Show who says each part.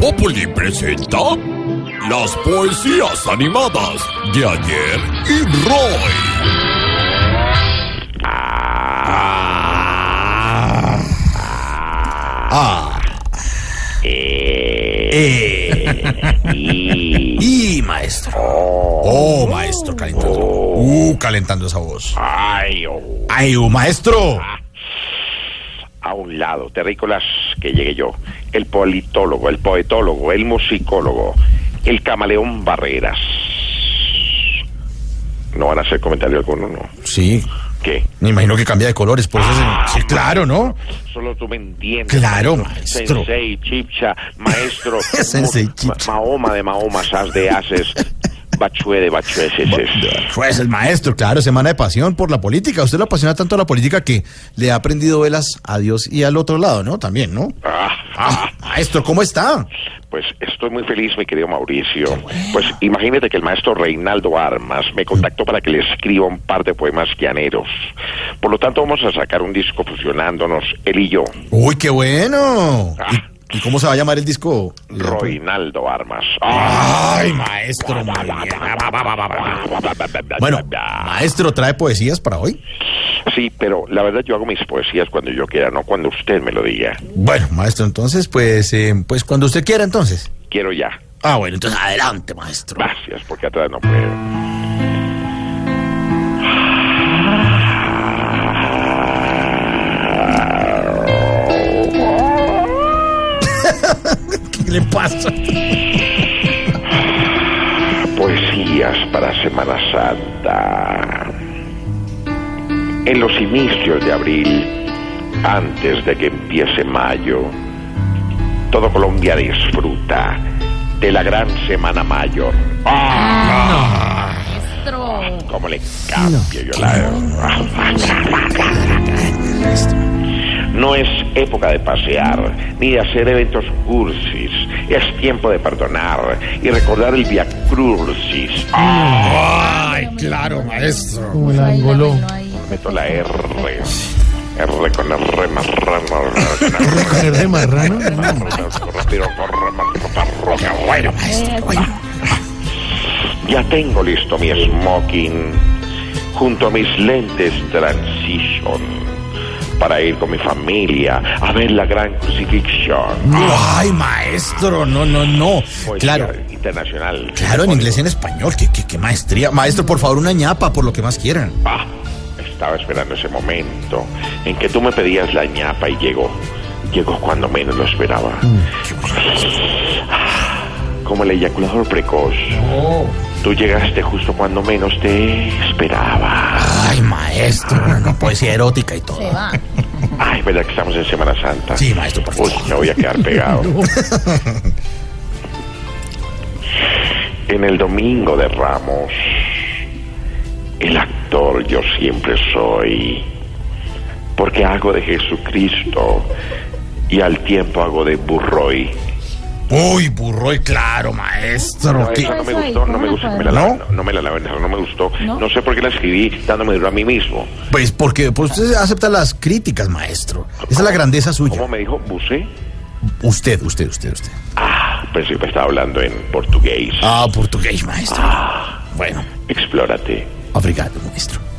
Speaker 1: Populi presenta las poesías animadas de ayer y Roy. Ah. Ah.
Speaker 2: Eh. y maestro.
Speaker 1: Oh, maestro, calentando. Uh, calentando esa voz.
Speaker 2: Ay, oh.
Speaker 1: Ay, oh, maestro.
Speaker 2: A un lado, terrícolas, que llegué yo. El politólogo, el poetólogo, el musicólogo, el camaleón Barreras. No van a hacer comentario alguno, ¿no?
Speaker 1: Sí.
Speaker 2: ¿Qué?
Speaker 1: Me imagino que cambia de colores, por eso
Speaker 2: Ah,
Speaker 1: se... Sí, claro, ¿no?
Speaker 2: Solo tú me entiendes.
Speaker 1: Claro, maestro.
Speaker 2: Sensei, Chipcha, maestro.
Speaker 1: Sensei,
Speaker 2: Ma-
Speaker 1: Chipcha.
Speaker 2: Mahoma de Mahomas, as de ases. Bachué de bachué, sí, sí.
Speaker 1: Pues el maestro, claro, semana de pasión por la política. Usted lo apasiona tanto a la política que le ha aprendido velas a Dios y al otro lado, ¿no? También, ¿no?
Speaker 2: Ah.
Speaker 1: Ah, maestro, ¿cómo está?
Speaker 2: Pues estoy muy feliz, mi querido Mauricio. Pues imagínate que el maestro Reinaldo Armas me contactó para que le escriba un par de poemas llaneros. Por lo tanto, vamos a sacar un disco fusionándonos, él y yo,
Speaker 1: Uy, qué bueno.
Speaker 2: Ah.
Speaker 1: ¿Y, y cómo se va a llamar el disco?
Speaker 2: Reinaldo Armas. Ah.
Speaker 1: Ay, maestro. muy bien.
Speaker 2: Ah.
Speaker 1: Bueno, maestro, ¿trae poesías para hoy?
Speaker 2: Sí, pero la verdad yo hago mis poesías cuando yo quiera, no cuando usted me lo diga.
Speaker 1: Bueno, maestro, entonces, pues, eh, pues cuando usted quiera, entonces.
Speaker 2: Quiero ya.
Speaker 1: Ah, bueno, entonces adelante, maestro.
Speaker 2: Gracias, porque atrás no puedo.
Speaker 1: ¿Qué le pasa?
Speaker 2: Poesías para Semana Santa. En los inicios de abril, antes de que empiece mayo, todo Colombia disfruta de la gran Semana Mayor. ¡Ah! ¿Cómo le cambio yo la... No es época de pasear, ni de hacer eventos cursis. Es tiempo de perdonar y recordar el Via Crucis. Ah,
Speaker 1: Ay, claro, maestro.
Speaker 3: Como el angoló.
Speaker 2: meto la R. R con R más rama.
Speaker 3: ¿Mujer de marrano? No.
Speaker 2: Bueno, ya tengo listo mi smoking junto a mis lentes transition para ir con mi familia a ver la gran crucifixión.
Speaker 1: Ay, maestro, no, no, no.
Speaker 2: Poesía
Speaker 1: Claro,
Speaker 2: Internacional.
Speaker 1: claro, en inglés y en español. ¿Qué, qué, qué maestría. Maestro, por favor, una ñapa, por lo que más quieran.
Speaker 2: Ah, estaba esperando ese momento en que tú me pedías la ñapa y llegó. Llegó cuando menos lo esperaba. Como el eyaculador precoz. Tú llegaste justo cuando menos te esperaba.
Speaker 1: Ay, maestro, no, no, poesía erótica y todo.
Speaker 2: Ay, ¿verdad que estamos en Semana Santa?
Speaker 1: Sí, maestro, por
Speaker 2: Uy,
Speaker 1: favor.
Speaker 2: me voy a quedar pegado. en el domingo de Ramos, el actor yo siempre soy, porque hago de Jesucristo y al tiempo hago de Burroy.
Speaker 1: Uy, burroy, claro, maestro.
Speaker 2: No,
Speaker 1: ¿Qué?
Speaker 2: esa no me
Speaker 4: Pues ahí,
Speaker 2: gustó, no me
Speaker 4: ¿cómo
Speaker 2: gustó,
Speaker 4: la
Speaker 2: me la
Speaker 1: fue?
Speaker 2: laven, no, no me la laven, esa no me gustó.
Speaker 4: ¿No?
Speaker 2: No sé por qué la escribí dándome duro a mí mismo.
Speaker 1: Pues porque pues, usted acepta las críticas, maestro. Esa es la grandeza
Speaker 2: ¿Cómo
Speaker 1: suya.
Speaker 2: me dijo? ¿Busé?
Speaker 1: Usted, usted, usted, usted.
Speaker 2: Ah, pensé que estaba hablando en portugués.
Speaker 1: Ah, portugués, maestro. Bueno,
Speaker 2: Explórate.
Speaker 1: obrigado, maestro.